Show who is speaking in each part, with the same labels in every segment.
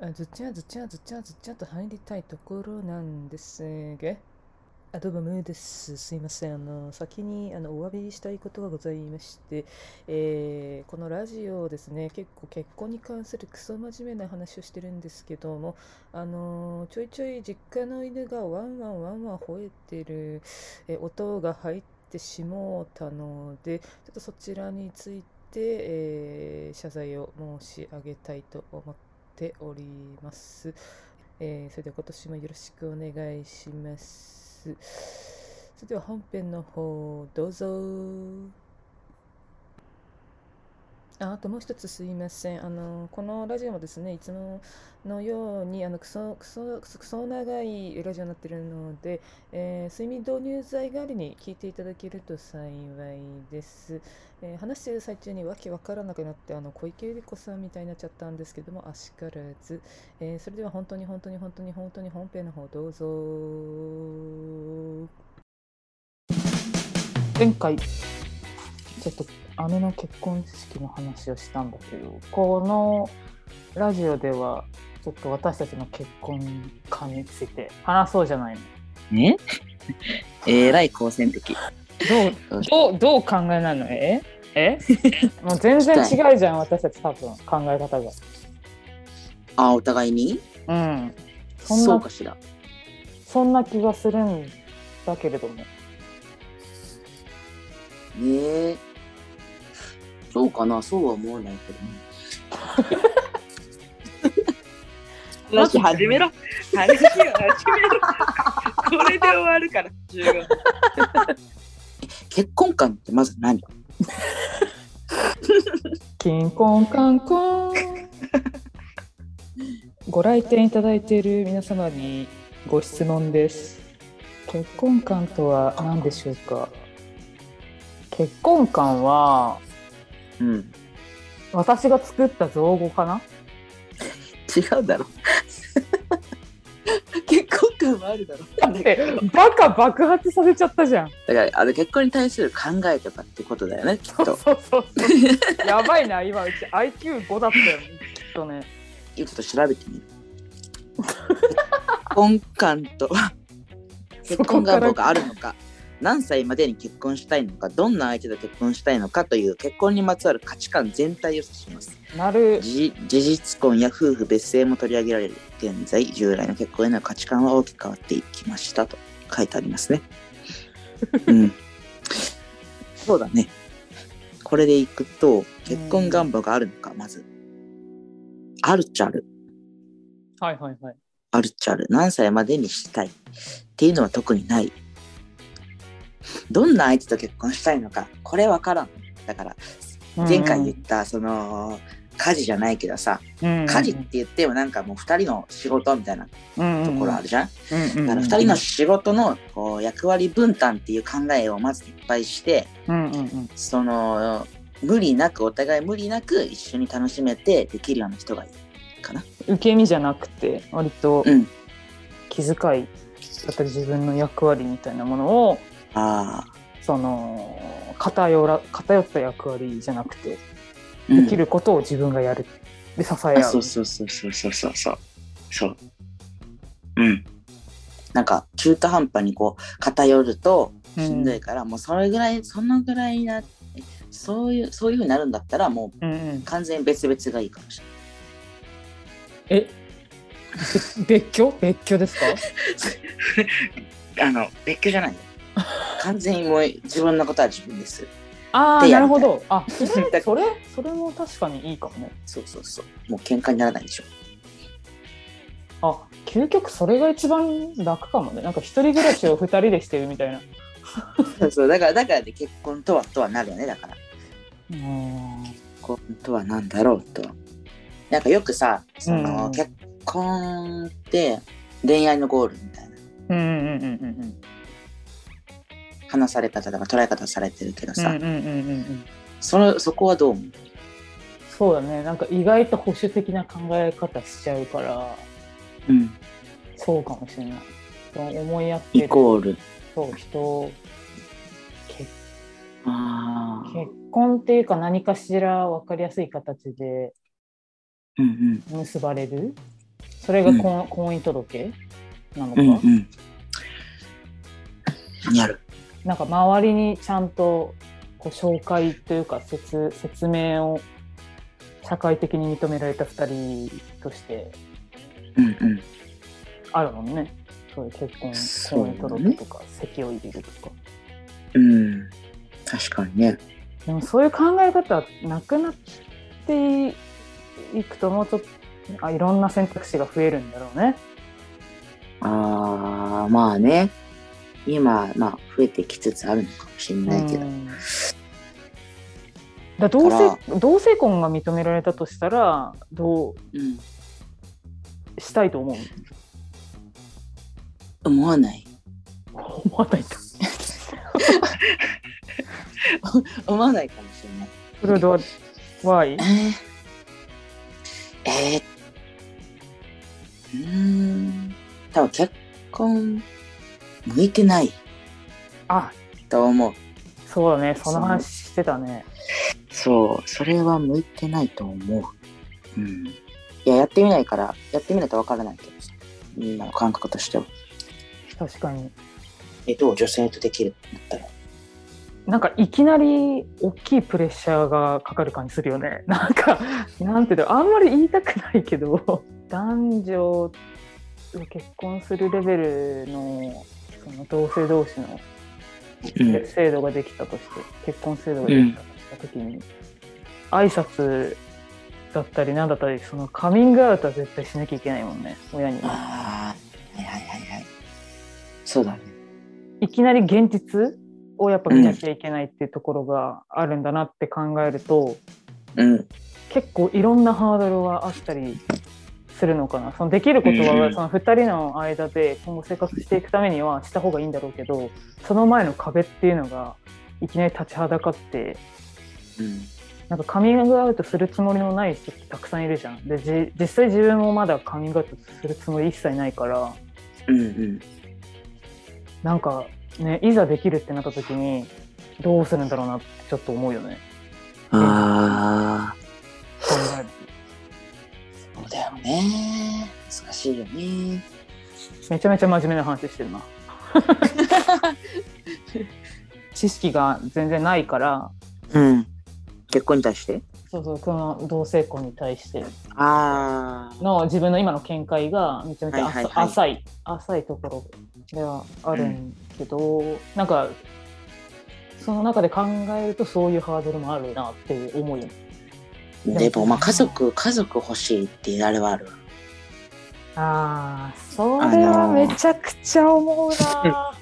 Speaker 1: あずちゃずちゃずちゃずちゃと入りたいところなんですが、あどうもムーです。すいません。あの、先にあのお詫びしたいことがございまして、えーこのラジオですね、結構結婚に関するクソ真面目な話をしてるんですけども、あのーちょいちょい実家の犬がワンワンワンワン吠えてる、えー音が入ってしもうたので、ちょっとそちらについて、えー謝罪を申し上げたいと思ってております。えーそれでは今年もよろしくお願いします。それでは本編の方どうぞああともう一つすいません。あのこのラジオもですね、いつものようにあのクソクソクソクソ長いラジオになってるので、えー睡眠導入剤代わりに聞いていただけると幸いです。えー話している最中にわけわからなくなってあの小池百合子さんみたいになっちゃったんですけどもあしからず、えーそれでは本当に本当に本当に本当に本編の方どうぞ前回ちょっと姉の結婚式の話をしたんだけどこのラジオではちょっと私たちの結婚観について話そうじゃないの
Speaker 2: ねえらい好戦的。
Speaker 1: どうどうどう考えなのええもう全然違うじゃん私たち多分考え方が
Speaker 2: あ、お互いに
Speaker 1: うんそ
Speaker 2: そ
Speaker 1: んな
Speaker 2: うかしら。
Speaker 1: そんな気がするんだけれども
Speaker 2: ねえ。そうかなそうは思わないけどね。
Speaker 1: 話始め
Speaker 3: ろ話を始めろこれで終わるから15分
Speaker 2: 結婚観ってまず何
Speaker 1: キンコンカンコン ご来店いただいている皆様にご質問です結婚観とは何でしょうか結婚観は
Speaker 2: うん。
Speaker 1: 私が作った造語かな
Speaker 2: 違うだろ。 結婚観はあるだろ。
Speaker 1: だってバカ爆発させちゃったじゃん
Speaker 2: だから、あの結婚に対する考えとかってことだよね、きっ
Speaker 1: そう
Speaker 2: と。
Speaker 1: そうそう やばいな今うち IQ5 だったよねきっとね
Speaker 2: ちょっと調べてみる。結婚観とは結婚願望があるのか何歳までに結婚したいのかどんな相手と結婚したいのかという結婚にまつわる価値観全体を指します
Speaker 1: なる
Speaker 2: 事事実婚や夫婦別姓も取り上げられる現在従来の結婚への価値観は大きく変わっていきましたと書いてありますねうんそうだねこれでいくと結婚願望があるのかまずあるっちゃある
Speaker 1: はいはいはい
Speaker 2: あるっちゃある。何歳までにしたい。っていうのは特にない。どんな相手と結婚したいのか、これわからん。だから、前回言った、その、家事じゃないけどさ、家
Speaker 1: 家
Speaker 2: 事って言ってもなんかもう二人の仕事みたいなと
Speaker 1: と
Speaker 2: ころあるじゃん。
Speaker 1: うん
Speaker 2: だから二人の仕事のこう役割分担っていう考えをまずいっぱいして、
Speaker 1: うんうんうん
Speaker 2: その、無理なく、お互い無理なく一緒に楽しめてできるような人がいいかな。
Speaker 1: 受け身じゃなくて割と
Speaker 2: うん
Speaker 1: 気遣いだったり自分の役割みたいなものを
Speaker 2: ああ。
Speaker 1: その偏ら偏った役割じゃなくて
Speaker 2: うん
Speaker 1: できることを自分がやるで支え
Speaker 2: あ
Speaker 1: 合う
Speaker 2: そうそうそうそうそうそうそうそううんなんか中途半端にこう偏るとしんどいから、もうそれぐらいそのぐらいなそういうそういうふうになるんだったらも
Speaker 1: うんうん
Speaker 2: う完全に別々がいいかもしれ
Speaker 1: え別居別居ですか
Speaker 2: ないあの別居じゃないよ 完全にもう自分のことは自分です
Speaker 1: ああ
Speaker 2: で
Speaker 1: なる
Speaker 2: やり
Speaker 1: ほ
Speaker 2: たい
Speaker 1: ど あそ
Speaker 2: だか
Speaker 1: れ
Speaker 2: ら
Speaker 1: それそれも確かにいいかもね
Speaker 2: そうそうそうもう喧嘩にならないでしょ
Speaker 1: あ究極それが一番楽かもねなんか一人暮らしを二人でしてるみたいな
Speaker 2: そうそうだからだからで結婚とはとはなるよねだから
Speaker 1: うん
Speaker 2: 結婚とは何だろうとなんかよくさその、
Speaker 1: うん
Speaker 2: 結婚って恋愛のゴールみたいな
Speaker 1: うんうんうんうんうん
Speaker 2: 話され方とか捉え方されてるけど
Speaker 1: う
Speaker 2: さ、
Speaker 1: んうんうんうんうん
Speaker 2: そのそこはどう思う
Speaker 1: そうだねなんか意外と保守的な考え方しちゃうから
Speaker 2: うん、
Speaker 1: そうかもしれないそう思いやって
Speaker 2: イ
Speaker 1: る
Speaker 2: コール
Speaker 1: そう人結
Speaker 2: ああ
Speaker 1: 結婚っていうか何かしら分かりやすい形で
Speaker 2: うんうん
Speaker 1: 結ばれる
Speaker 4: それが婚,、婚姻届なのか、
Speaker 2: うんうん。やる。
Speaker 4: なんか周りにちゃんとこう紹介というか説説明を社会的に認められた2人として
Speaker 2: うんうん。
Speaker 4: あるもんねそういう結婚
Speaker 2: そう
Speaker 4: 婚
Speaker 2: ね
Speaker 4: 姻届とか籍を入れるとか
Speaker 2: うん。確かにね。
Speaker 4: でもそういう考え方はなくなっていくともうちょっとあいろんな選択肢が増えるんだろうね。
Speaker 2: ああ、まあね。今、まあ、増えてきつつあるのかもしれないけど。
Speaker 4: うんだから同性同性婚が認められたとしたらど
Speaker 2: うん。
Speaker 4: うしたいと思う
Speaker 2: 思わない。
Speaker 4: 思わないと。
Speaker 2: 思わないかもしれない。
Speaker 4: それはどう why?
Speaker 2: えー、えー、うーん。多分結婚、向いてない
Speaker 4: あ
Speaker 2: と思う。
Speaker 4: そうだねその話してたね。
Speaker 2: そう、それは向いてないと思う。うん。いや、やってみないから、やってみないとわからないけどさ。みんなの感覚としては。
Speaker 4: 確かに
Speaker 2: え、どう女性とできるってなったら。
Speaker 4: なんかいきなり大きいプレッシャーがかかる感じするよね。 なんかなんていうのあんまり言いたくないけど 男女を結婚するレベルのその同性同士の
Speaker 2: うん。
Speaker 4: 制度ができたとして結婚制度ができたとした時に、挨拶だったりなんだったりそのカミングアウトは絶対しなきゃいけないもんね親には
Speaker 2: ああ、はいはいはいはい。そうだね。
Speaker 4: いきなり現実をやっぱ見なきゃいけないっていうところがあるんだなって考えると、
Speaker 2: うん。
Speaker 4: 結構いろんなハードルはあったりするのかなそのできることは、
Speaker 2: うん
Speaker 4: その2人の間で今後生活していくためにはした方がいいんだろうけどその前の壁っていうのがいきなり立ちはだかって
Speaker 2: うん。
Speaker 4: なんかカミングアウトするつもりのない人ってたくさんいるじゃんでじ実際自分もまだカミングアウトするつもり一切ないから
Speaker 2: うんうん。
Speaker 4: なんかねいざできるってなった時にどうするんだろうなってちょっと思うよね
Speaker 2: ああ、
Speaker 4: 考える
Speaker 2: そうだよね。難しいよね。
Speaker 4: めちゃめちゃ真面目な話してる な。知識が全然ないから、
Speaker 2: うん。結婚に対して
Speaker 4: そうそう、この同性婚に対して
Speaker 2: ああ。
Speaker 4: の自分の今の見解がめちゃめちゃ浅,、
Speaker 2: はいいはいはい
Speaker 4: 浅い、浅いところではあるんけど、なんか、その中で考えるとそういうハードルもあるなっていう思い。
Speaker 2: でも、まあ、家族、家族欲しいっていうあれはあるわ。
Speaker 4: ああ、そ
Speaker 2: れはめ
Speaker 4: ちゃくちゃ思 うな。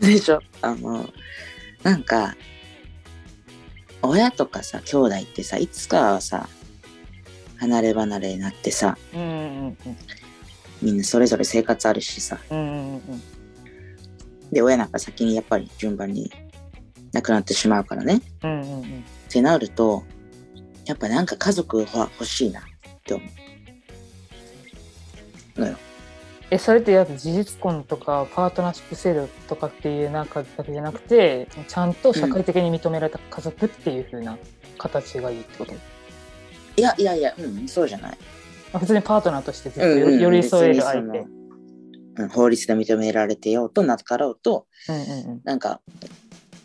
Speaker 2: でしょあのなんか親とかさ兄弟ってさいつかはさ離れ離れになってさ
Speaker 4: うんうん
Speaker 2: みんなそれぞれ生活あるしさ
Speaker 4: うんうんうん
Speaker 2: で親なんか先にやっぱり順番に亡くなってしまうからね
Speaker 4: うんうんうんうん。
Speaker 2: ってなるとやっぱなんか家族は欲しいなって思うのよ。
Speaker 4: えそれってやっぱ事実婚とかパートナーシップ制度とかっていう中だけじゃなくてちゃんと社会的に認められた家族っていう風な形がいいってこと、
Speaker 2: いやいやいや、うん、そうじゃない。
Speaker 4: まあ普通にパートナーとしてずっと
Speaker 2: うんうん
Speaker 4: 寄り添える相手、うん
Speaker 2: 別にそのうん、法律で認められてようとなかろうと
Speaker 4: うんうん、
Speaker 2: なんか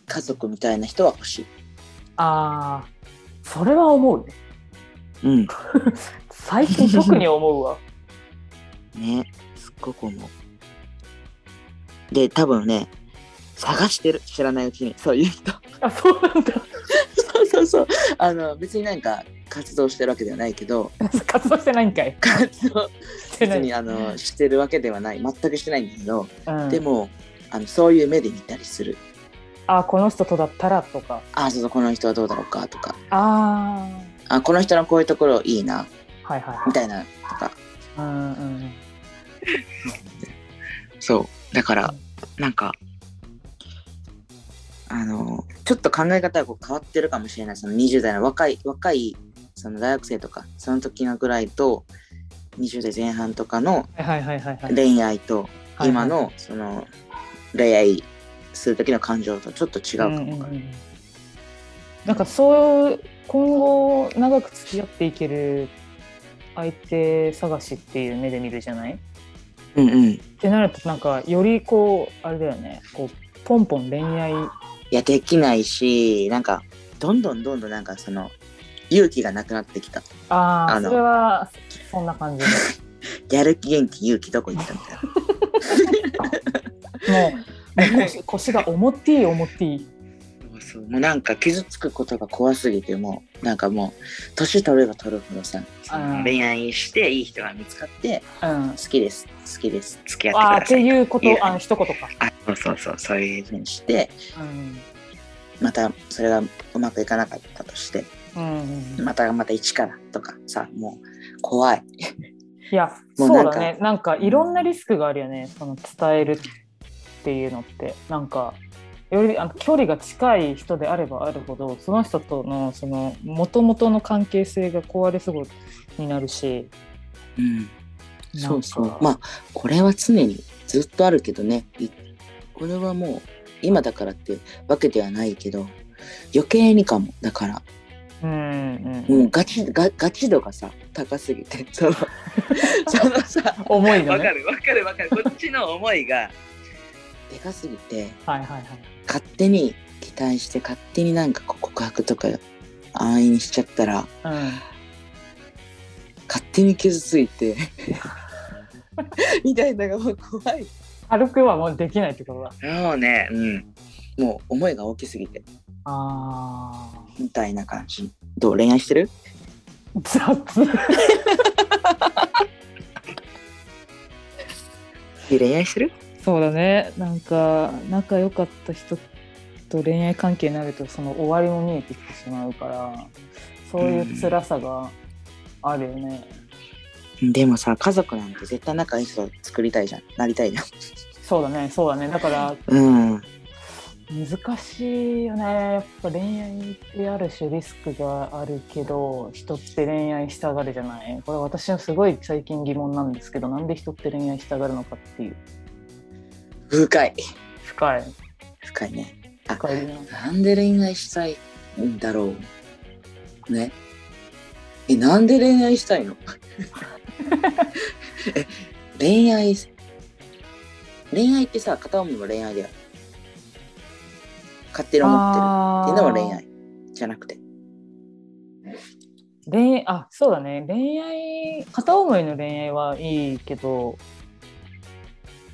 Speaker 2: 家族みたいな人は欲しい。
Speaker 4: あーそれは思うね
Speaker 2: うん、
Speaker 4: 最近特に思う わ
Speaker 2: ねすっごく思うで多分ね探してる知らないうちにそういう人
Speaker 4: あそうなんだ
Speaker 2: そうそうそうあの別になんか活動してるわけではないけ ど
Speaker 4: 活動してないんかい
Speaker 2: 活動
Speaker 4: してな
Speaker 2: 別
Speaker 4: い
Speaker 2: にあのしてるわけではない全くしてないんだけど、
Speaker 4: うん
Speaker 2: でもあのそういう目で見たりする
Speaker 4: あこの人とだったらとか
Speaker 2: あそうそうこの人はどうだろうかとか
Speaker 4: あ
Speaker 2: あこの人のこういうところいいな
Speaker 4: ーはいはいは
Speaker 2: み
Speaker 4: い
Speaker 2: たいなとか
Speaker 4: うんうん
Speaker 2: そうだからなんかあのちょっと考え方がこう変わってるかもしれないその20代の若い若いその大学生とかその時のぐらいと20代前半とかの
Speaker 4: はいはいはいはいはい
Speaker 2: 恋愛と
Speaker 4: はい
Speaker 2: 今のその恋愛する時の感情とちょっと違うかもわか
Speaker 4: うんんうう
Speaker 2: なんい
Speaker 4: んなんかそう今後長く付き合っていける相手探しっていう目で見るじゃないっ
Speaker 2: うんうん。
Speaker 4: てなるとなんかよりこうあれだよねこうポンポン恋愛
Speaker 2: いや、できないし、なんか、どんどんどんどんなんかその、勇気がなくなってきた。
Speaker 4: ああ
Speaker 2: あの
Speaker 4: それはそんな感じで
Speaker 2: やる気、元気、勇気どこ行ったみたいな。
Speaker 4: もうもう腰腰が重っていい重っていい
Speaker 2: そうそうもうなんか傷つくことが怖すぎてもうなんかもう年取れば取るほどさその恋愛していい人が見つかって
Speaker 4: うん
Speaker 2: 好きです好きです付き合
Speaker 4: あ
Speaker 2: っ
Speaker 4: ー
Speaker 2: て
Speaker 4: っ
Speaker 2: くださ
Speaker 4: て
Speaker 2: い
Speaker 4: いうこと
Speaker 2: いや
Speaker 4: あ一言か、
Speaker 2: あそうそうそうそういうふうにして
Speaker 4: うん
Speaker 2: またそれがうまくいかなかったとして
Speaker 4: うんうんうん、
Speaker 2: またまた一からとかさもう怖い
Speaker 4: いや
Speaker 2: も
Speaker 4: そうう
Speaker 2: なんか
Speaker 4: だねなんかいろんなリスクがあるよねその伝えるっていうのってなんかよりあの距離が近い人であればあるほどその人とのその元々の関係性が壊れそうになるし
Speaker 2: う
Speaker 4: な
Speaker 2: ん
Speaker 4: んか
Speaker 2: そうそうまあこれは常にずっとあるけどねいこれはもう今だからってわけではないけど余計にかもだから
Speaker 4: うんうん
Speaker 2: もうガチガガチ度がさ高すぎて そのそのさ
Speaker 4: 重いよ
Speaker 3: わか
Speaker 4: ね
Speaker 3: るわかるわかるこっちの思いが
Speaker 2: でかすぎて
Speaker 4: はいはいはい
Speaker 2: 勝手に期待して勝手になんかこう告白とか安易にしちゃったら
Speaker 4: うん
Speaker 2: 勝手に傷ついてみたいなのがもう怖い
Speaker 4: 軽くはもうできないってことだ
Speaker 2: もうねうんもう思いが大きすぎて
Speaker 4: あー
Speaker 2: みたいな感じどう恋愛してる
Speaker 4: 雑
Speaker 2: 恋愛してる
Speaker 4: そうだねなんか仲良かった人と恋愛関係になるとその終わりも見えてきてしまうからそういう辛さがあるよね、
Speaker 2: でもさ家族なんて絶対仲いい人作りたいじゃんなりたいじゃん
Speaker 4: そうだねそうだねだから
Speaker 2: うん
Speaker 4: 難しいよねやっぱ恋愛である種リスクがあるけど人って恋愛したがるじゃないこれ私はすごい最近疑問なんですけどなんで人って恋愛したがるのかっていう
Speaker 2: 深い
Speaker 4: 深い
Speaker 2: 深いね
Speaker 4: 深いな
Speaker 2: なんで恋愛したいんだろうね。え、なんで恋愛したいの え恋愛、恋愛ってさ、片思いも恋愛だよ。勝手に思ってるっていうのも恋愛じゃなくて。
Speaker 4: 恋あそうだね恋愛片思いの恋愛はいいけど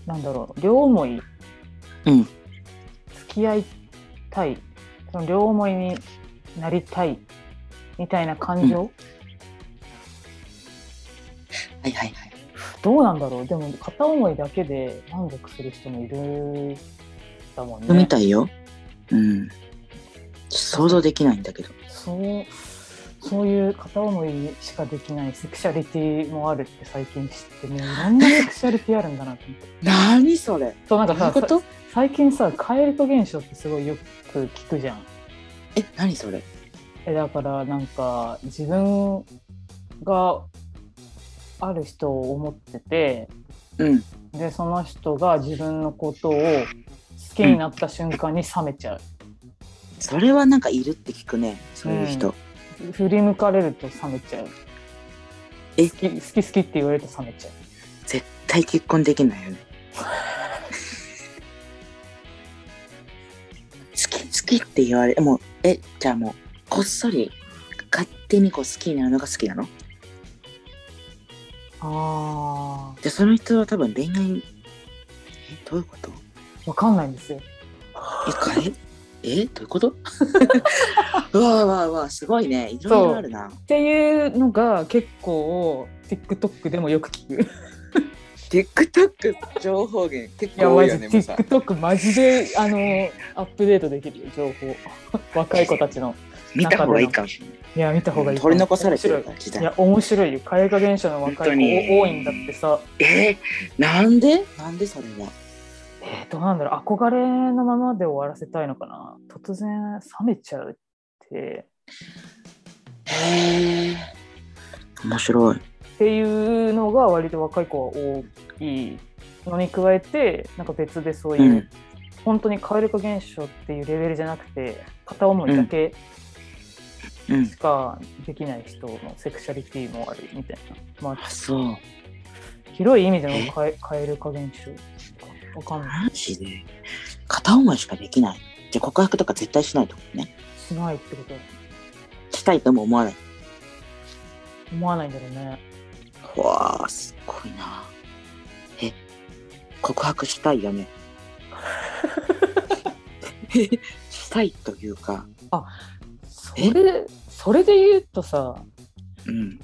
Speaker 4: なんだろう両思い、
Speaker 2: うん
Speaker 4: 付き合いたいその両思いになりたいみたいな感情、
Speaker 2: はいはいはい。
Speaker 4: どうなんだろうでも片思いだけで満足する人もいるだもんね。
Speaker 2: みたいよ。うん。想像できないんだけど。
Speaker 4: そうそういう片思いしかできないセクシャリティもあるって最近知ってもういろんなセクシャリティあるんだなって思って。
Speaker 2: 何それ
Speaker 4: そうなんか
Speaker 2: どうい
Speaker 4: さ
Speaker 2: うこと
Speaker 4: さ最近さ蛙と現象ってすごいよく聞くじゃん
Speaker 2: え、何それ
Speaker 4: えだからなんか自分がある人を思ってて
Speaker 2: うん。
Speaker 4: でその人が自分のことを好きになった瞬間に冷めちゃう、
Speaker 2: それはなんかいるって聞くね。そういう人。
Speaker 4: 振り向かれると冷めちゃう
Speaker 2: え
Speaker 4: 好き好き好きって言われると冷めちゃう
Speaker 2: 絶対結婚できない よね好き好きって言われもうえじゃあもうこっそり勝手にこう好きになるのが好きなのじ
Speaker 4: あ
Speaker 2: ゃあその人は多分恋愛えどういうこと
Speaker 4: ーわかんないんですよ
Speaker 2: えかええどういうこと うわうわうわすごいねいろいろあるな
Speaker 4: っていうのが結構 TikTok でもよく聞く
Speaker 2: TikTok 情報源結
Speaker 4: いや、マジ、TikTok マジで、あの、アップデートできるよ情報。 若い子たちの。
Speaker 2: 見た方がいいかもしれない
Speaker 4: いや、見た方がいい。
Speaker 2: 取り残されて
Speaker 4: 面
Speaker 2: る
Speaker 4: 白
Speaker 2: から時
Speaker 4: い。い
Speaker 2: 代
Speaker 4: や、面白いよ。絵画現象の若
Speaker 2: 本当
Speaker 4: い
Speaker 2: に
Speaker 4: 子多いんだってさ、
Speaker 2: えー、なんでなんでそれは
Speaker 4: えー、どうなんだろう、憧れのままで終わらせたいのかな。突然冷めちゃうって、
Speaker 2: へえ面白い
Speaker 4: っていうのが割と若い子は多いのに加えて、なんか別でそういう、
Speaker 2: うん
Speaker 4: 本当に蛙化現象っていうレベルじゃなくて、片思いだけ
Speaker 2: うん
Speaker 4: しかできない人のセクシャリティもあるみたいな、まあ、
Speaker 2: あそう
Speaker 4: 広い意味でのかえ蛙化現象わかんない
Speaker 2: マジで片思いしかできないじゃあ告白とか絶対しないとことね
Speaker 4: しないってこと
Speaker 2: したいとも思わない
Speaker 4: 思わないんだろうね
Speaker 2: うわあすごいなえ告白したいよ ねしたいというか
Speaker 4: それそれで言うとさ
Speaker 2: うん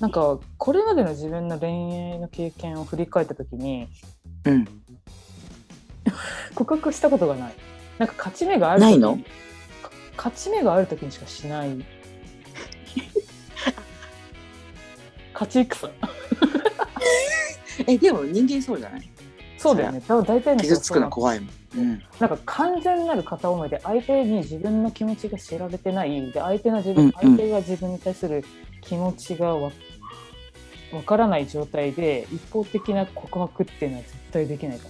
Speaker 4: なんかこれまでの自分の恋愛の経験を振り返った時に
Speaker 2: うん
Speaker 4: 告白したことがないなんか勝ち目がある
Speaker 2: ない
Speaker 4: 時
Speaker 2: の
Speaker 4: か勝ち目がある時にしかしない 勝ち戦
Speaker 2: えでも人間そうじゃない
Speaker 4: そうだよね多分大体の人
Speaker 2: 傷
Speaker 4: は
Speaker 2: つ
Speaker 4: そ
Speaker 2: く
Speaker 4: うな
Speaker 2: の
Speaker 4: んだ
Speaker 2: 怖いもん、うん、
Speaker 4: なんか完全なる片思いで相手に自分の気持ちが知られてないで相手の自分、
Speaker 2: うんうん
Speaker 4: 相手が自分に対する気持ちがわわからない状態で一方的な告白っていうのは絶対できないか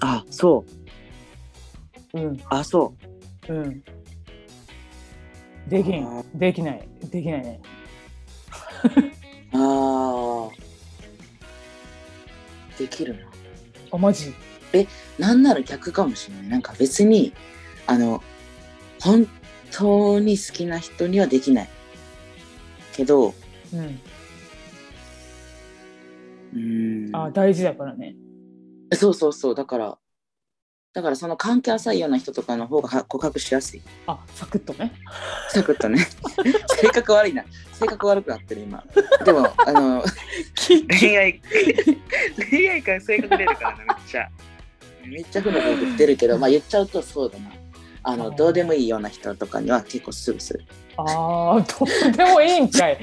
Speaker 2: あそう
Speaker 4: らうん
Speaker 2: あそ
Speaker 4: うんでき
Speaker 2: あ
Speaker 4: んできないできないね
Speaker 2: うあーできるな
Speaker 4: あマジ
Speaker 2: なんなら逆かもしれないなんか別にあの本当に好きな人にはできないけどう
Speaker 4: うん
Speaker 2: ーん
Speaker 4: あ大事だからね
Speaker 2: そうそうそうだからだからその関係浅いような人とかの方がは告白しやすい
Speaker 4: あサクッとね
Speaker 2: サクッ とね性格悪いな性格悪くなってる今でもあの
Speaker 3: 恋愛恋愛から性格出るからなめっちゃ
Speaker 2: めっちゃ負の報告出るけど、まあ言っちゃうとそうだな。あの、
Speaker 4: はい
Speaker 2: どうでもいいような人とかには結構すぐする。
Speaker 4: あーどうでもいいんかい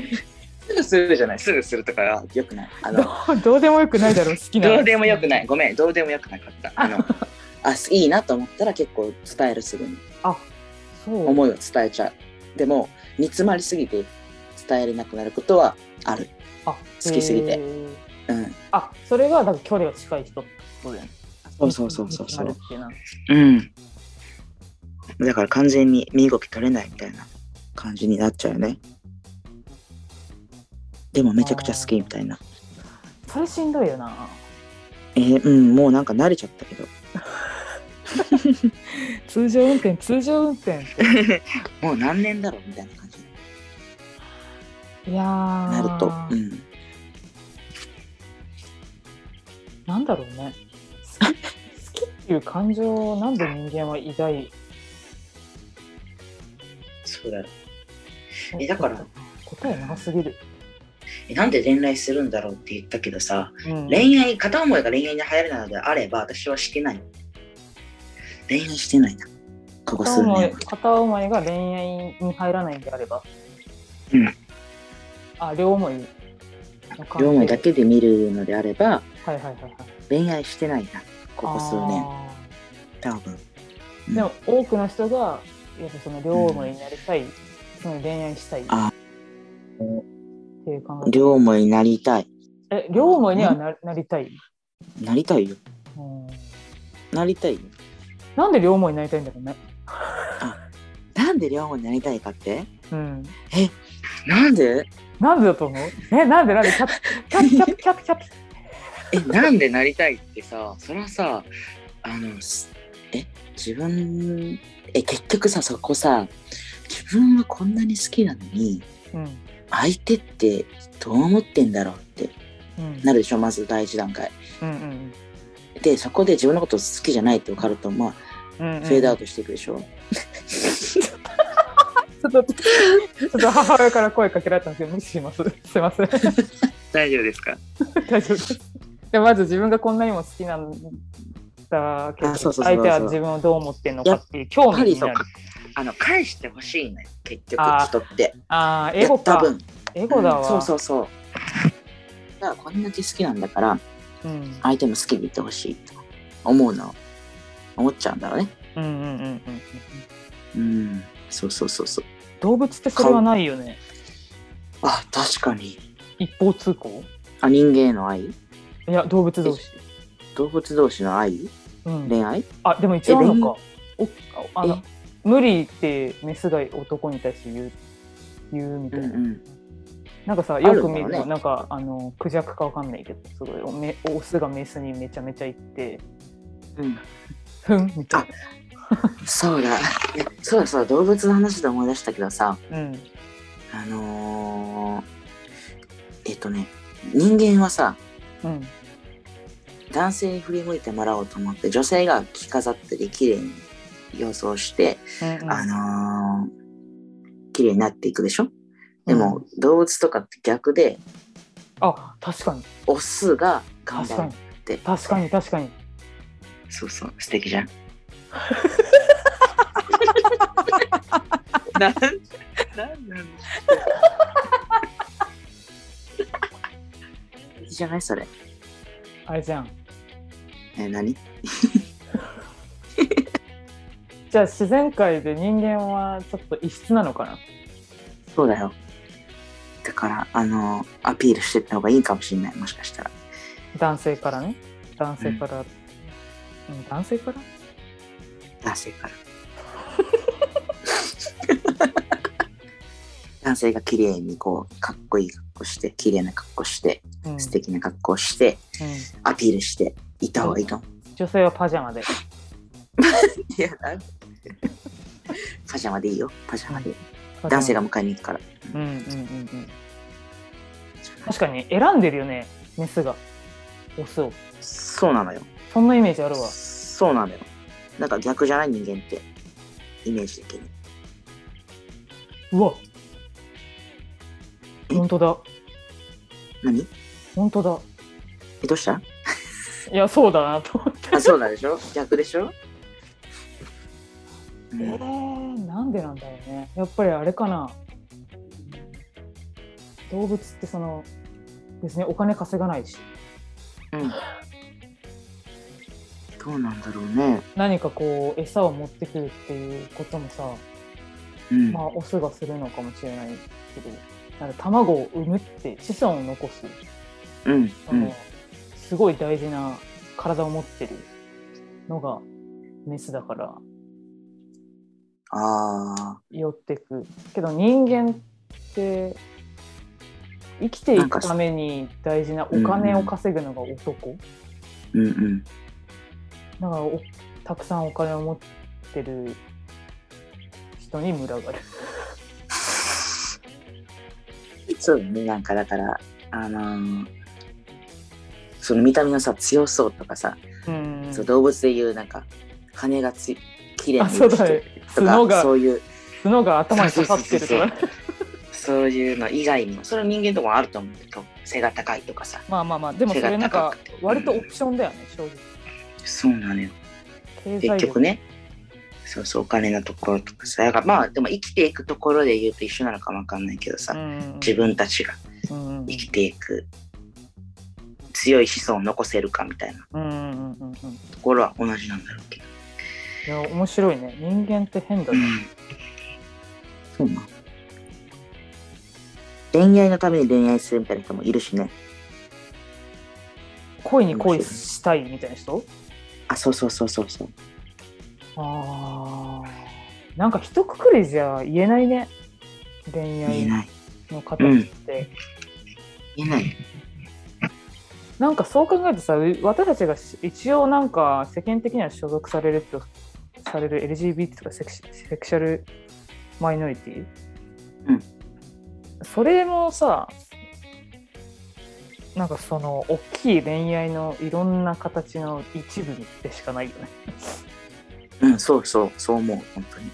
Speaker 2: すぐするじゃない。
Speaker 3: すぐするとか
Speaker 2: あよくない。あ
Speaker 4: ど
Speaker 2: の、
Speaker 4: うどうでもよくないだろう好きな
Speaker 3: どうでもよくないごめんどうでもよくなかったあの
Speaker 2: あ、すいいなと思ったら結構伝えるすぐに。
Speaker 4: そう
Speaker 2: 思いを伝えちゃう。でも、煮詰まりすぎて伝えれなくなることはある。
Speaker 4: あ
Speaker 2: 好きすぎて
Speaker 4: へー
Speaker 2: うん。
Speaker 4: あそれはだから距離が近い人ってことだよね
Speaker 2: そうそうそうそうそ
Speaker 4: にな
Speaker 2: う
Speaker 4: る。っていのは
Speaker 2: うん。だから完全に身動き取れないみたいな感じになっちゃうよね。でもめちゃくちゃ好きみたいな。
Speaker 4: それしんどいよな
Speaker 2: えーうん、もうなんか慣れちゃったけど。
Speaker 4: 通常運転通常運転って
Speaker 2: もう何年だろうみたいな感じに
Speaker 4: いやー
Speaker 2: なると、うん、
Speaker 4: なんだろうね好き好きっていう感情をなんで人間は抱い
Speaker 2: そうだよえだから
Speaker 4: 答え長すぎる、
Speaker 2: えなんで恋愛するんだろうって言ったけどさ、
Speaker 4: うん
Speaker 2: 恋愛片思いが恋愛に流行るのであれば私はしてない恋愛してないなここ
Speaker 4: 片
Speaker 2: 数年
Speaker 4: 思い
Speaker 2: は
Speaker 4: 片思いが恋愛に入らないんであれば
Speaker 2: うん
Speaker 4: あ両思いの関係
Speaker 2: 両思いだけで見るのであれば
Speaker 4: はいはいはいはい
Speaker 2: 恋愛してないなここ数年
Speaker 4: あー
Speaker 2: 多分
Speaker 4: でも多くの人がやっぱその両思いになりたい、その恋愛したいっ
Speaker 2: あ
Speaker 4: ていう考え
Speaker 2: 両思いになりたい
Speaker 4: え両思いにはな,、なりたい、
Speaker 2: なりたいよ
Speaker 4: うん
Speaker 2: なりたいよ
Speaker 4: なんで両思いになりたいんだろうね
Speaker 2: なんで両思いになりたいかって
Speaker 4: うん
Speaker 2: なんで
Speaker 4: なんでだと思うえなんでなんでキャピキャピキャピキャピキャピ
Speaker 2: えなんでなりたいってさそのさあのすえ自分え結局さそこさ自分はこんなに好きなのに
Speaker 4: うん
Speaker 2: 相手ってどう思ってんだろうって
Speaker 4: うん
Speaker 2: なるでしょまず第一段階
Speaker 4: うんうん
Speaker 2: でそこで自分のこと好きじゃないって分かるとまあ
Speaker 4: うんうん
Speaker 2: フェードアウトしていくでしょ、
Speaker 4: ちょっとちょっと母親から声かけられたんですけど無視します すいません
Speaker 3: 大丈夫ですか
Speaker 4: 大丈夫ですでまず自分がこんなにも好きなんだけど
Speaker 2: あそうそうそうそう
Speaker 4: 相手は自分をどう思ってんのかっていう興
Speaker 2: やっぱ
Speaker 4: 味
Speaker 2: り
Speaker 4: に
Speaker 2: そう
Speaker 4: なる
Speaker 2: かあの返してほしいのよ結局
Speaker 4: あー
Speaker 2: 人って
Speaker 4: ああエゴか
Speaker 2: 多分
Speaker 4: エゴだわ、
Speaker 2: うんそうそうそうだからこんだけ好きなんだから
Speaker 4: うん
Speaker 2: 相手も好きでいてほしいと思うの思っちゃうんだろうね
Speaker 4: うんうんうんうんうん
Speaker 2: うんそうそうそうそう
Speaker 4: 動物ってそれはないよね
Speaker 2: あ確かに
Speaker 4: 一方通行
Speaker 2: あ人間への愛
Speaker 4: いや動物同士、
Speaker 2: 動物同士の愛
Speaker 4: うん、
Speaker 2: 恋愛
Speaker 4: あでも一応あるのかおああの
Speaker 2: え
Speaker 4: 無理ってメスが男に対して言う言うみた
Speaker 2: う
Speaker 4: い
Speaker 2: ん
Speaker 4: な、
Speaker 2: うん。
Speaker 4: なんかさよく見
Speaker 2: ある
Speaker 4: ると、
Speaker 2: のかね
Speaker 4: なんかあのクジャクかわかんないけどすごいおめオスがメスにめちゃめちゃ行って
Speaker 2: うん
Speaker 4: ふんみたい
Speaker 2: そうだ。そうだそうだ、動物の話で思い出したけどさ、
Speaker 4: な、うん、
Speaker 2: あのー、えっとね、人間はさ、
Speaker 4: うん、
Speaker 2: 男性に振り向いてもらおうと思って、女性が着飾ったり、綺麗に予想して、
Speaker 4: うん
Speaker 2: あのー、綺麗になっていくでしょでも、動物とかって逆で、
Speaker 4: あ確かに
Speaker 2: オスが頑
Speaker 4: 確
Speaker 2: 張
Speaker 4: か
Speaker 2: っ
Speaker 4: に
Speaker 2: て。
Speaker 4: 確かに確かに
Speaker 2: そうそう、素敵じゃん。
Speaker 3: なんなんなの
Speaker 2: 素敵じゃないそれ。
Speaker 4: あれじゃん
Speaker 2: え、何
Speaker 4: じゃあ自然界で人間はちょっと異質なのかな
Speaker 2: そうだよ。だから、あのー、アピールしてった方がいいかもしれない、もしかしたら。
Speaker 4: 男性からね男性から、うん、男性から
Speaker 2: 男性から。 男性が綺麗にこう、かっこいい格好して、綺麗な格好して、
Speaker 4: うん
Speaker 2: 素敵な格好して、
Speaker 4: う
Speaker 2: アピールしていった方がいいと思う。
Speaker 4: ん、女性はパジャマで
Speaker 2: いや、なんて パジャマでいいよ、パジャマで。
Speaker 4: パジャマ
Speaker 2: 男性が迎えに行くから。
Speaker 4: うんうんうんうん確かに選んでるよねメスがオスを
Speaker 2: そうなのよ。
Speaker 4: そんなイメージあるわ
Speaker 2: そうなのよ。なんか逆じゃない人間って、イメージ的に。
Speaker 4: うわ本当だ
Speaker 2: 何
Speaker 4: 本当だ
Speaker 2: え、どうした
Speaker 4: いやそうだなと思って
Speaker 2: あ、そうなんでしょ 逆でしょ、う
Speaker 4: え
Speaker 2: ん
Speaker 4: ー、なんでなんだろうねやっぱりあれかな動物ってその別にお金稼がないし
Speaker 2: どうなんだろうね。
Speaker 4: 何かこう餌を持ってくるっていうこともさ、
Speaker 2: うん。
Speaker 4: まあ、オスがするのかもしれないけどなんか卵を産むって子孫を残す
Speaker 2: うん。
Speaker 4: そ
Speaker 2: うん
Speaker 4: の。すごい大事な体を持ってるのがメスだから
Speaker 2: あ
Speaker 4: 寄ってくけど人間って生きていくために大事なお金を稼ぐのが男、
Speaker 2: あ。うんうん。
Speaker 4: だからおたくさんお金を持ってる人に群がる
Speaker 2: そうだね。なんかだから、あのーその見た目のさ、強そうとかさ、
Speaker 4: うん
Speaker 2: そう動物でいうなんか、羽がつ綺麗
Speaker 4: あ
Speaker 2: に
Speaker 4: そう
Speaker 2: して
Speaker 4: だね
Speaker 2: ると
Speaker 4: 角
Speaker 2: か、
Speaker 4: が
Speaker 2: そういう、
Speaker 4: 角が頭に刺さってると
Speaker 2: そうそう
Speaker 4: か
Speaker 2: そそういうの以外にも、それは人間とかもあると思うけど、背が高いとかさ。
Speaker 4: まあまあまあでもそれなんか割とオプションだよね正
Speaker 2: そうなのよ。
Speaker 4: 直経
Speaker 2: 結
Speaker 4: 済
Speaker 2: 局
Speaker 4: 力、
Speaker 2: ね。そうそう、お金のところとかさ。だからまあ、でも生きていくところで言うと一緒なのかもわかんないけどさ、
Speaker 4: うん
Speaker 2: 自分たちが
Speaker 4: うんうん
Speaker 2: 生きていく強い子孫を残せるかみたいな
Speaker 4: うんうんうんうんうん
Speaker 2: ところは同じなんだろうけど。
Speaker 4: いや面白いね人間って変だ
Speaker 2: う
Speaker 4: ね、
Speaker 2: ん、そうなの恋愛のために恋愛するみたいな人もいるしね。
Speaker 4: 恋に恋したいみたいな人
Speaker 2: あ、そうそうそうそうそう。
Speaker 4: あーなんか一括りじゃ言えないね恋
Speaker 2: 言え
Speaker 4: 愛
Speaker 2: ない。
Speaker 4: の形って、
Speaker 2: 言えない。
Speaker 4: なんかそう考えるとさう私たちがし一応なんか世間的には所属されるとされる LGBT とかセクシセクシャルマイノリティ、
Speaker 2: うん
Speaker 4: それもさなんかその大きい恋愛のいろんな形の一部でしかないよね
Speaker 2: うん、そうそう、そう思う、本当に。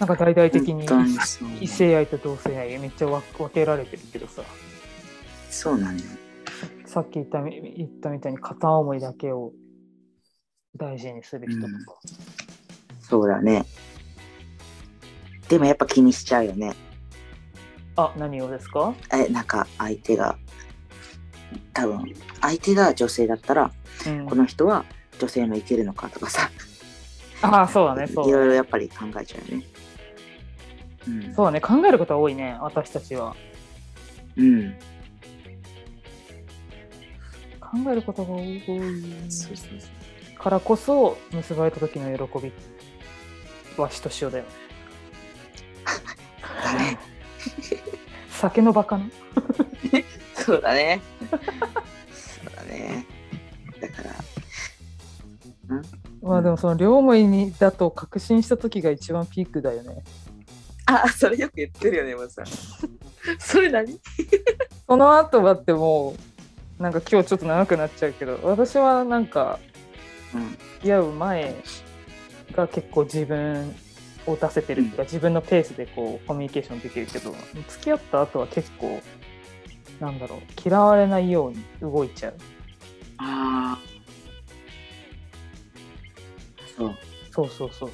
Speaker 4: なんか大々的に
Speaker 2: 本当にそう思う
Speaker 4: 異性愛と同性愛めっちゃ分分けられてるけどさ
Speaker 2: そうなのよ。
Speaker 4: さっき言ったみ言ったみたいに片思いだけを大事にする人とか、
Speaker 2: そうだね。でもやっぱ気にしちゃうよね。
Speaker 4: あ何をですか
Speaker 2: え、なんか相手が、多分、相手が女性だったら、
Speaker 4: うん
Speaker 2: この人は女性もいけるのかとかさ、
Speaker 4: ああそうだね
Speaker 2: い
Speaker 4: そう
Speaker 2: ろい
Speaker 4: だ
Speaker 2: ろ
Speaker 4: ね
Speaker 2: やっぱり考えちゃうよね。うん。
Speaker 4: そうだね考えることは多いね私たちは
Speaker 2: うん。
Speaker 4: 考えることが多い
Speaker 2: そうそうそう
Speaker 4: からこそ結ばれた時の喜びわしと塩だよね
Speaker 2: だね。
Speaker 4: 酒のバカな
Speaker 2: そうだね。そうだね。だから、
Speaker 4: まあでもその両思いにだと確信した時が一番ピークだよね
Speaker 2: あ、それよく言ってるよね、まさん。
Speaker 3: それ何
Speaker 4: その後だってもうなんか今日ちょっと長くなっちゃうけど私はなんか
Speaker 2: うん。
Speaker 4: 付き合う前が結構自分を出せてるっていうか、自分のペースでこうコミュニケーションできるけど付き合った後は結構なんだろう嫌われないように動いちゃう
Speaker 2: ああ。そう。
Speaker 4: そうそうそう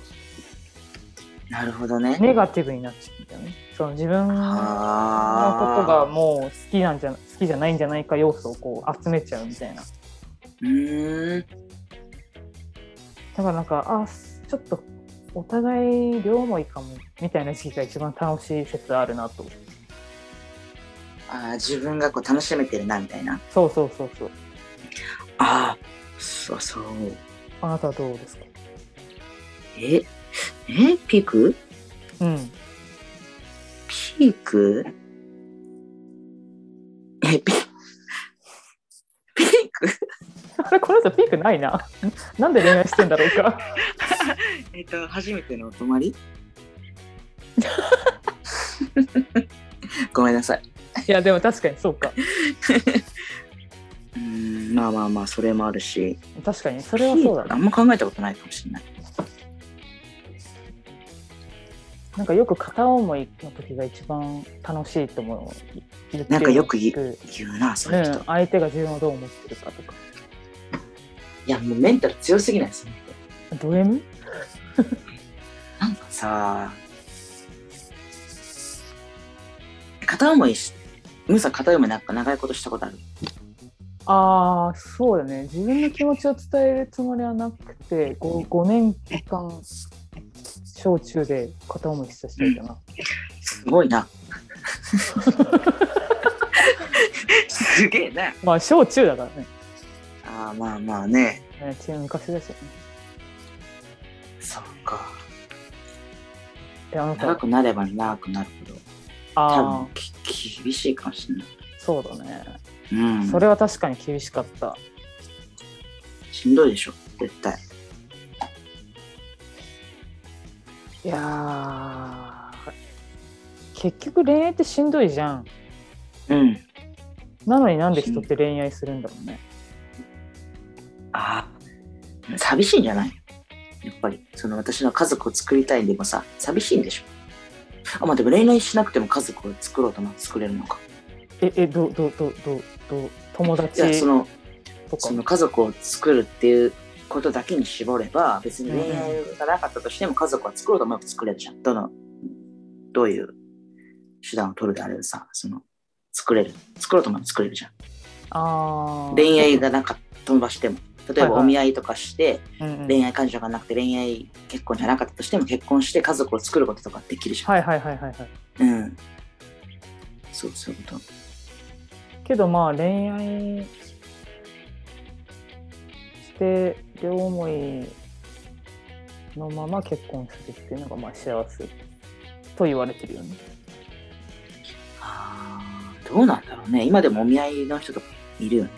Speaker 2: なるほどね。
Speaker 4: ネガティブになっちゃうんだよねその自分のこ
Speaker 2: あ
Speaker 4: とがもう好きなんじゃ好きじゃないんじゃないか要素をこう集めちゃうみたいな
Speaker 2: うーん。
Speaker 4: だからなんかあちょっとお互い両思いかもみたいな時期が一番楽しい説あるなと
Speaker 2: あー自分がこう楽しめてるなみたいな。
Speaker 4: そうそうそうそう
Speaker 2: ああ。そうそう。
Speaker 4: あなたはどうですか
Speaker 2: ええピーク
Speaker 4: うん
Speaker 2: ピークえ、ピ、ピーク
Speaker 4: あ れこの人ピークないな。 なんで恋愛してんだろうか。
Speaker 2: えっと、初めてのお泊まり ごめんなさい。
Speaker 4: いやでも確かにそうか。
Speaker 2: うーん、まあまあまあ、それもあるし。
Speaker 4: 確かにそれはそうだ
Speaker 2: ピーク
Speaker 4: な。
Speaker 2: あんま考えたことないかもしれない。
Speaker 4: なんかよく片思いの時が一番楽しいと思う。
Speaker 2: なんかよく
Speaker 4: 言
Speaker 2: 言
Speaker 4: ってる
Speaker 2: 言うな、そう
Speaker 4: う
Speaker 2: いうん人。い、
Speaker 4: 相手が自分をどう思ってるかとか。
Speaker 2: や、もうメンタル強すぎないですね。
Speaker 4: ド M?
Speaker 2: なんかさ、片思いし、ムサ片思いなんか長いことしたことある。
Speaker 4: ああそうだね。自分の気持ちを伝えるつもりはなくて 5, 5年間小中で片思いした人いたな。
Speaker 2: すごい な。すげえな。
Speaker 4: まあ小中だからね。
Speaker 2: ああ、まあまあね。
Speaker 4: ねち昔だし、ね。
Speaker 2: そうか。
Speaker 4: えあな
Speaker 2: 長
Speaker 4: た
Speaker 2: くなれば長くなるほど、多
Speaker 4: ああ
Speaker 2: 分き厳しいかもしれない。
Speaker 4: そうだね。
Speaker 2: うん。
Speaker 4: それは確かに厳しかった。
Speaker 2: しんどいでしょ、絶対。
Speaker 4: いやー結局恋愛ってしんどいじゃん
Speaker 2: うん。
Speaker 4: なのになんで人って恋愛するんだろうね
Speaker 2: ああ、寂しいんじゃないやっぱり、その私の家族を作りたいんでもさ、寂しいんでしょ。あ、まあでも恋愛しなくても家族を作ろうとも作れるのか。
Speaker 4: ええどどどどど友
Speaker 2: い
Speaker 4: 達
Speaker 2: や、その、
Speaker 4: とか
Speaker 2: その家族を作るっていうことだけに絞れば別に恋愛がなかったとしても家族は作ろうと思えば作れるじゃん。どのどういう手段を取るであれさその作れる作ろうと思えば作れるじゃん。
Speaker 4: あー
Speaker 2: 恋愛がなんか飛ばしても例え
Speaker 4: はい
Speaker 2: ば
Speaker 4: はい
Speaker 2: お見合いとかして
Speaker 4: うんうん
Speaker 2: 恋愛感情がなくて恋愛結婚じゃなかったとしても結婚して家族を作ることとかできるじゃん。
Speaker 4: はいはいはいはいはい
Speaker 2: うん。そうそういうこと。
Speaker 4: けどまあ恋愛して両思いのまま結婚するっていうのがまあ幸せと言われてるよね
Speaker 2: あーどうなんだろうね。今でもお見合いの人とかいるよね。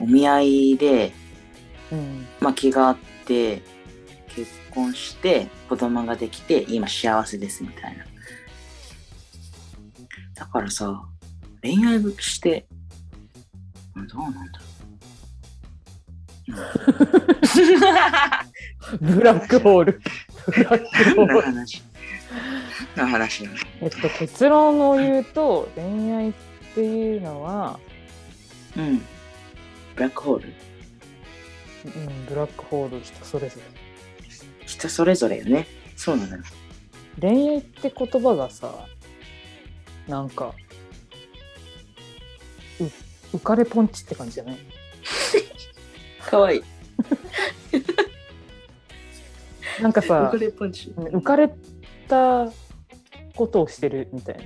Speaker 2: お見合いで
Speaker 4: うん
Speaker 2: まあ、気があって結婚して子供ができて今幸せですみたいなだからさ恋愛してうんどうなんだろ
Speaker 4: ブラックホールブラックホ
Speaker 2: う
Speaker 4: ー
Speaker 2: な
Speaker 4: ル
Speaker 2: 何の話何の話なの
Speaker 4: えっと、結論を言うと恋愛っていうのは、
Speaker 2: うんブラックホール
Speaker 4: うん、ブラックホール人それぞ
Speaker 2: 人それぞれよねそうなんだよ
Speaker 4: れ恋愛って言葉がさなんかう浮かれポンチって感じじゃない
Speaker 2: かわいい
Speaker 4: なんかさ
Speaker 2: れパンチ
Speaker 4: うん浮かれたことをしてるみたいな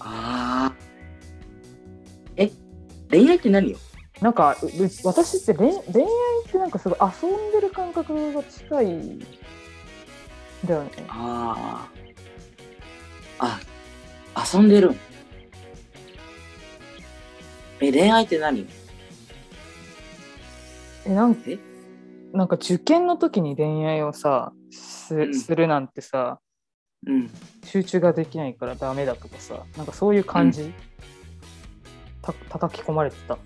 Speaker 2: ああえ恋愛って何よ
Speaker 4: なんかうう私って恋恋愛ってなんかすごい遊んでる感覚が近いだよね。
Speaker 2: ああ。あ、遊んでるんえ、恋愛って何
Speaker 4: えなん
Speaker 2: え
Speaker 4: なんか受験の時に恋愛をさす
Speaker 2: ん
Speaker 4: するなんてさ
Speaker 2: うん。
Speaker 4: 集中ができないからダメだとかさなんかそういう感じ、た叩き込まれてた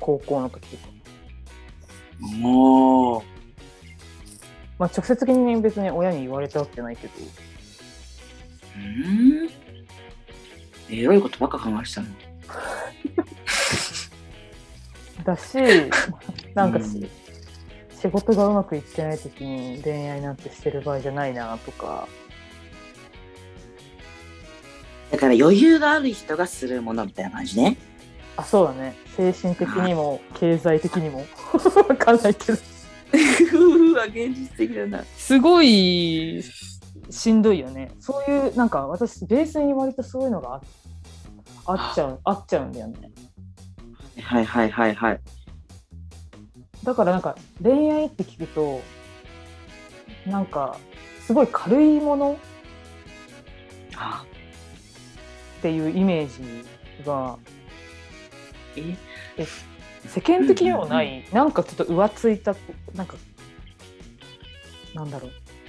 Speaker 4: 高校の時とか、
Speaker 2: おー。
Speaker 4: まあ、直接的に別に親に言われたわけじゃないけど
Speaker 2: うーん。エロいことばっか考えてたの。
Speaker 4: だしなんかし、
Speaker 2: うん
Speaker 4: 仕事がうまくいってない時に恋愛なんてしてる場合じゃないなとか
Speaker 2: だから余裕がある人がするものみたいな感じね。
Speaker 4: あそうだね精神的にも経済的にも わかんないけど
Speaker 2: うわ、現実的だな。
Speaker 4: すごいしんどいよねそういうなんか私ベースに割とそういうのがああっちゃうあっちゃうんだよね
Speaker 2: はいはいはいはい。
Speaker 4: だからなんか恋愛って聞くとなんかすごい軽いもの
Speaker 2: あ
Speaker 4: っていうイメージが
Speaker 2: え
Speaker 4: 世間的にもない、なんかちょっと浮ついたなんかなんだろ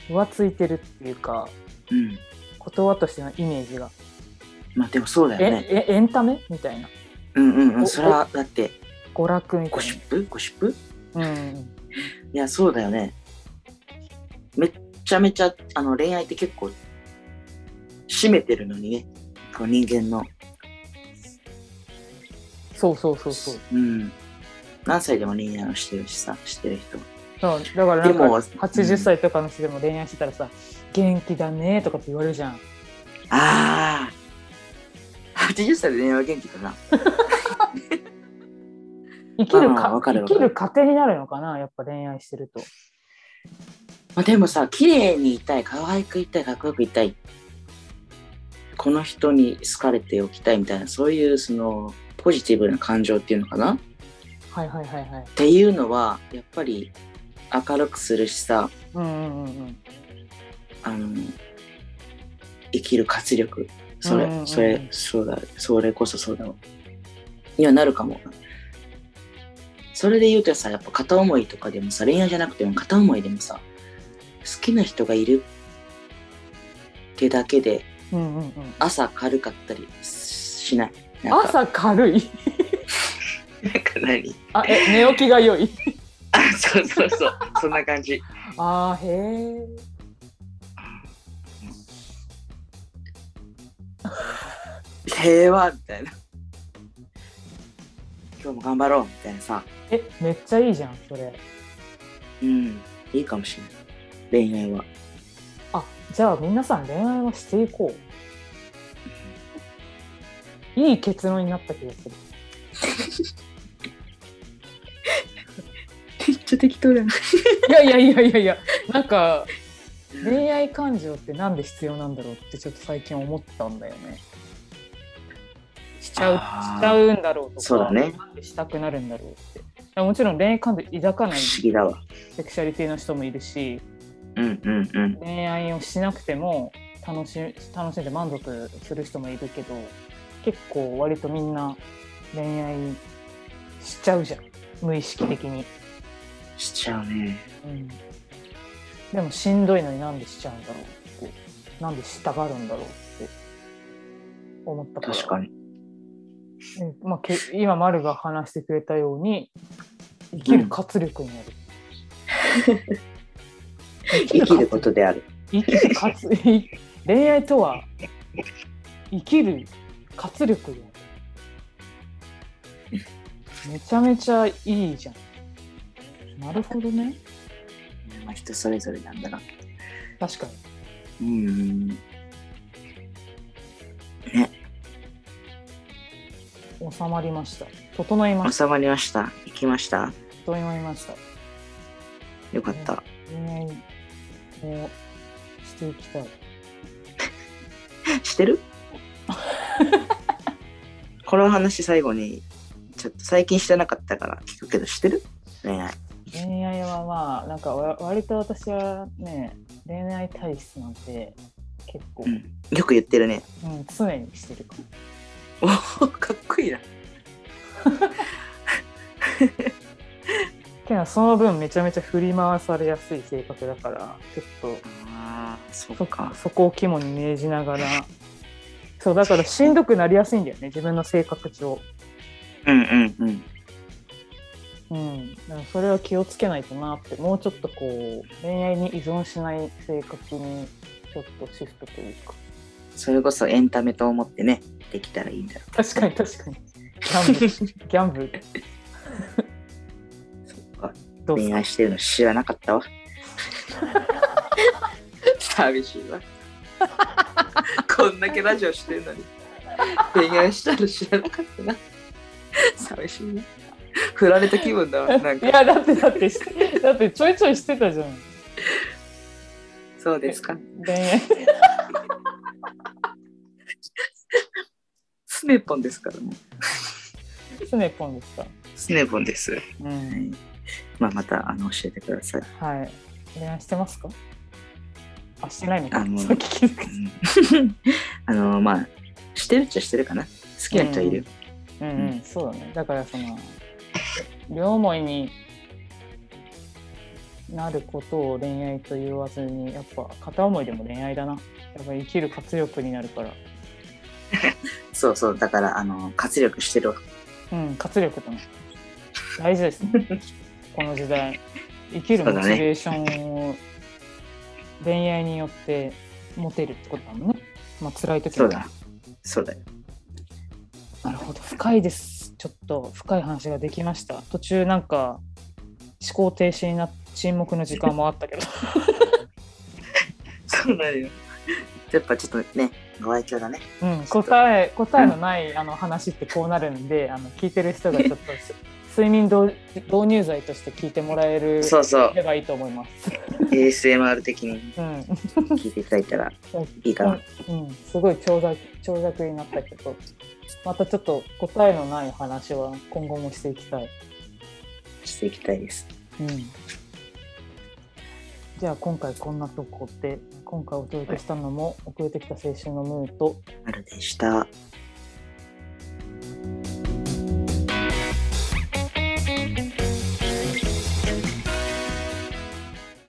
Speaker 4: う浮ついてるっていうか
Speaker 2: うん。
Speaker 4: 言葉としてのイメージが、
Speaker 2: まあでもそうだよね。
Speaker 4: ええエンタメみたいな
Speaker 2: うんうんう
Speaker 4: お
Speaker 2: ん。それは、だって、
Speaker 4: 娯楽みた
Speaker 2: ゴ
Speaker 4: い
Speaker 2: シップゴシップ
Speaker 4: な。うん
Speaker 2: いや、そうだよね。めっちゃめちゃ、あの、恋愛って結構、締めてるのにね。こう人間の。
Speaker 4: そうそうそうそう。
Speaker 2: うん。何歳でも恋愛をしてるしさ、してる人。
Speaker 4: そうだからなん
Speaker 2: でも
Speaker 4: か80歳とかの人でも恋愛してたらさ「元気だね」とかって言われるじゃん。
Speaker 2: ああ。80歳で恋愛は元気だな。
Speaker 4: 生きる
Speaker 2: あー
Speaker 4: か
Speaker 2: わかる
Speaker 4: 生
Speaker 2: わか
Speaker 4: き
Speaker 2: る
Speaker 4: る過程になるのかなやっぱ恋愛してると。
Speaker 2: まあ、でもさ綺麗にいたい可愛くいたいかっこよくいたいこの人に好かれておきたいみたいなそういうそのポジティブな感情っていうのかなっ
Speaker 4: はいはいはいはい。
Speaker 2: ていうのはやっぱり明るくするしさ
Speaker 4: うんうんうんうん。
Speaker 2: あの生きる活力それ、
Speaker 4: うんうんうん
Speaker 2: それそうだそれこそそうだわにはなるかもそれで言うとさやっぱ片思いとかでもさ恋愛じゃなくても片思いでもさ好きな人がいるってだけで
Speaker 4: うんうんうん、
Speaker 2: 朝軽かったりしないなんか
Speaker 4: 朝軽い
Speaker 2: なんか何
Speaker 4: あえ寝起きが良い
Speaker 2: あそうそう そうそんな感じ
Speaker 4: あーへえ
Speaker 2: 平和みたいな今日も頑張ろうみたいなさ
Speaker 4: えめっちゃいいじゃんそれ
Speaker 2: うんいいかもしれない恋愛は
Speaker 4: あじゃあ皆さん恋愛はしていこういい結論になった気がする
Speaker 2: めっちゃ適当だない
Speaker 4: やいやいやいやいやなんか恋愛感情ってなんで必要なんだろうってちょっと最近思ったんだよね。しちゃう
Speaker 2: あー
Speaker 4: しちゃうんだろうとか
Speaker 2: そうだね
Speaker 4: なんでしたくなるんだろうっていやもちろん恋愛感情抱かな
Speaker 2: 不
Speaker 4: い
Speaker 2: 思
Speaker 4: セ
Speaker 2: 議だわ
Speaker 4: クシャリティの人もいるし
Speaker 2: うんうんうん
Speaker 4: 恋愛をしなくても楽し楽しんで満足する人もいるけど結構割とみんな恋愛しちゃうじゃん無意識的に、
Speaker 2: しちゃうね
Speaker 4: うん、でもしんどいのになんでしちゃうんだろうってなんでしたがるんだろうって思ったから
Speaker 2: 確かに
Speaker 4: うんまあ、け今丸が話してくれたように生きる活力になる、
Speaker 2: 生きることである
Speaker 4: 生きる活 恋愛とは生きる活力であるめちゃめちゃいいじゃんなるほどね
Speaker 2: まあ人それぞれなんだな
Speaker 4: 確かに
Speaker 2: うんうん
Speaker 4: 収まりました整いました
Speaker 2: 収まりました行きました
Speaker 4: 整いました
Speaker 2: よかった
Speaker 4: 恋愛をしていきたい
Speaker 2: して るこの話最後にちょっと最近してなかったから聞くけどしてる恋愛
Speaker 4: 恋愛はまあなんかわ割と私はね恋愛体質なんて結構、
Speaker 2: う
Speaker 4: うん
Speaker 2: んよく言ってる ね。
Speaker 4: 常にしてるかも
Speaker 3: おーかっこいいな。
Speaker 4: けどその分めちゃめちゃ振り回されやすい性格だからちょっと
Speaker 3: ああ、そ
Speaker 4: そうか
Speaker 3: か。
Speaker 4: そこを肝に銘じながらそうだからしんどくなりやすいんだよね自分の性格上
Speaker 2: うんうんうん。
Speaker 4: うんだからそれは気をつけないとなってもうちょっとこう恋愛に依存しない性格にちょっとシフトというか
Speaker 2: それこそエンタメと思ってね、できたらいいんだろ
Speaker 4: 確かに確かにギャンブルギャンブル
Speaker 2: っか
Speaker 4: ど
Speaker 2: う。
Speaker 4: うです
Speaker 2: 恋
Speaker 4: か
Speaker 2: 愛してるの知らなかったわ。
Speaker 3: 寂しいわ。こんだけラジオしてるのに。恋愛したら知らなかったな。寂しいな。振られた気分だ わ。なん
Speaker 4: い
Speaker 3: か、
Speaker 4: やだってだってしだってちょいちょいしてたじゃん
Speaker 3: そうですか。
Speaker 4: 恋愛
Speaker 3: スネポンですからもう。
Speaker 4: スネポンですか
Speaker 2: スネボンです。
Speaker 4: うん
Speaker 2: まあ、またあの教えてください。
Speaker 4: はい恋愛してますかあしてないのか
Speaker 2: あの
Speaker 4: さっき気づく
Speaker 2: うん あのまあ、してるっちゃしてるかな。好きな人はいるよ。
Speaker 4: うんうん、そうだねだからその両思いになることを恋愛と言わずにやっぱ片思いでも恋愛だなやっぱ生きる活力になるから
Speaker 2: そうそう、だから、あの活力してるわ。
Speaker 4: うん活力だね大事 ですねこの時代生きるモチベーションを恋愛によって持てるってことだもんねまあ辛い時
Speaker 2: そう
Speaker 4: も
Speaker 2: だ。そうだよ。
Speaker 4: なるほど深いですちょっと深い話ができました途中なんか思考停止になっ沈黙の時間もあったけ ど
Speaker 3: そうなのよ。
Speaker 2: やっぱちょっとね、ご愛嬌だね。
Speaker 4: うん答え答えのないあの話ってこうなるんであの聞いてる人がちょっと 睡眠導導入剤として聞いてもらえる
Speaker 2: そうそう、
Speaker 4: ればいいと思います。
Speaker 2: ASMR 的に
Speaker 4: うん
Speaker 2: 聞いていただいたらいいかな。
Speaker 4: うん、すごい長尺長尺になったけどまたちょっと答えのない話は今後もしていきたい、
Speaker 2: していきたいです。
Speaker 4: うん、じゃあ今回こんなとこで今回お届けしたのも遅れてきた青春のムーと
Speaker 2: あるでした。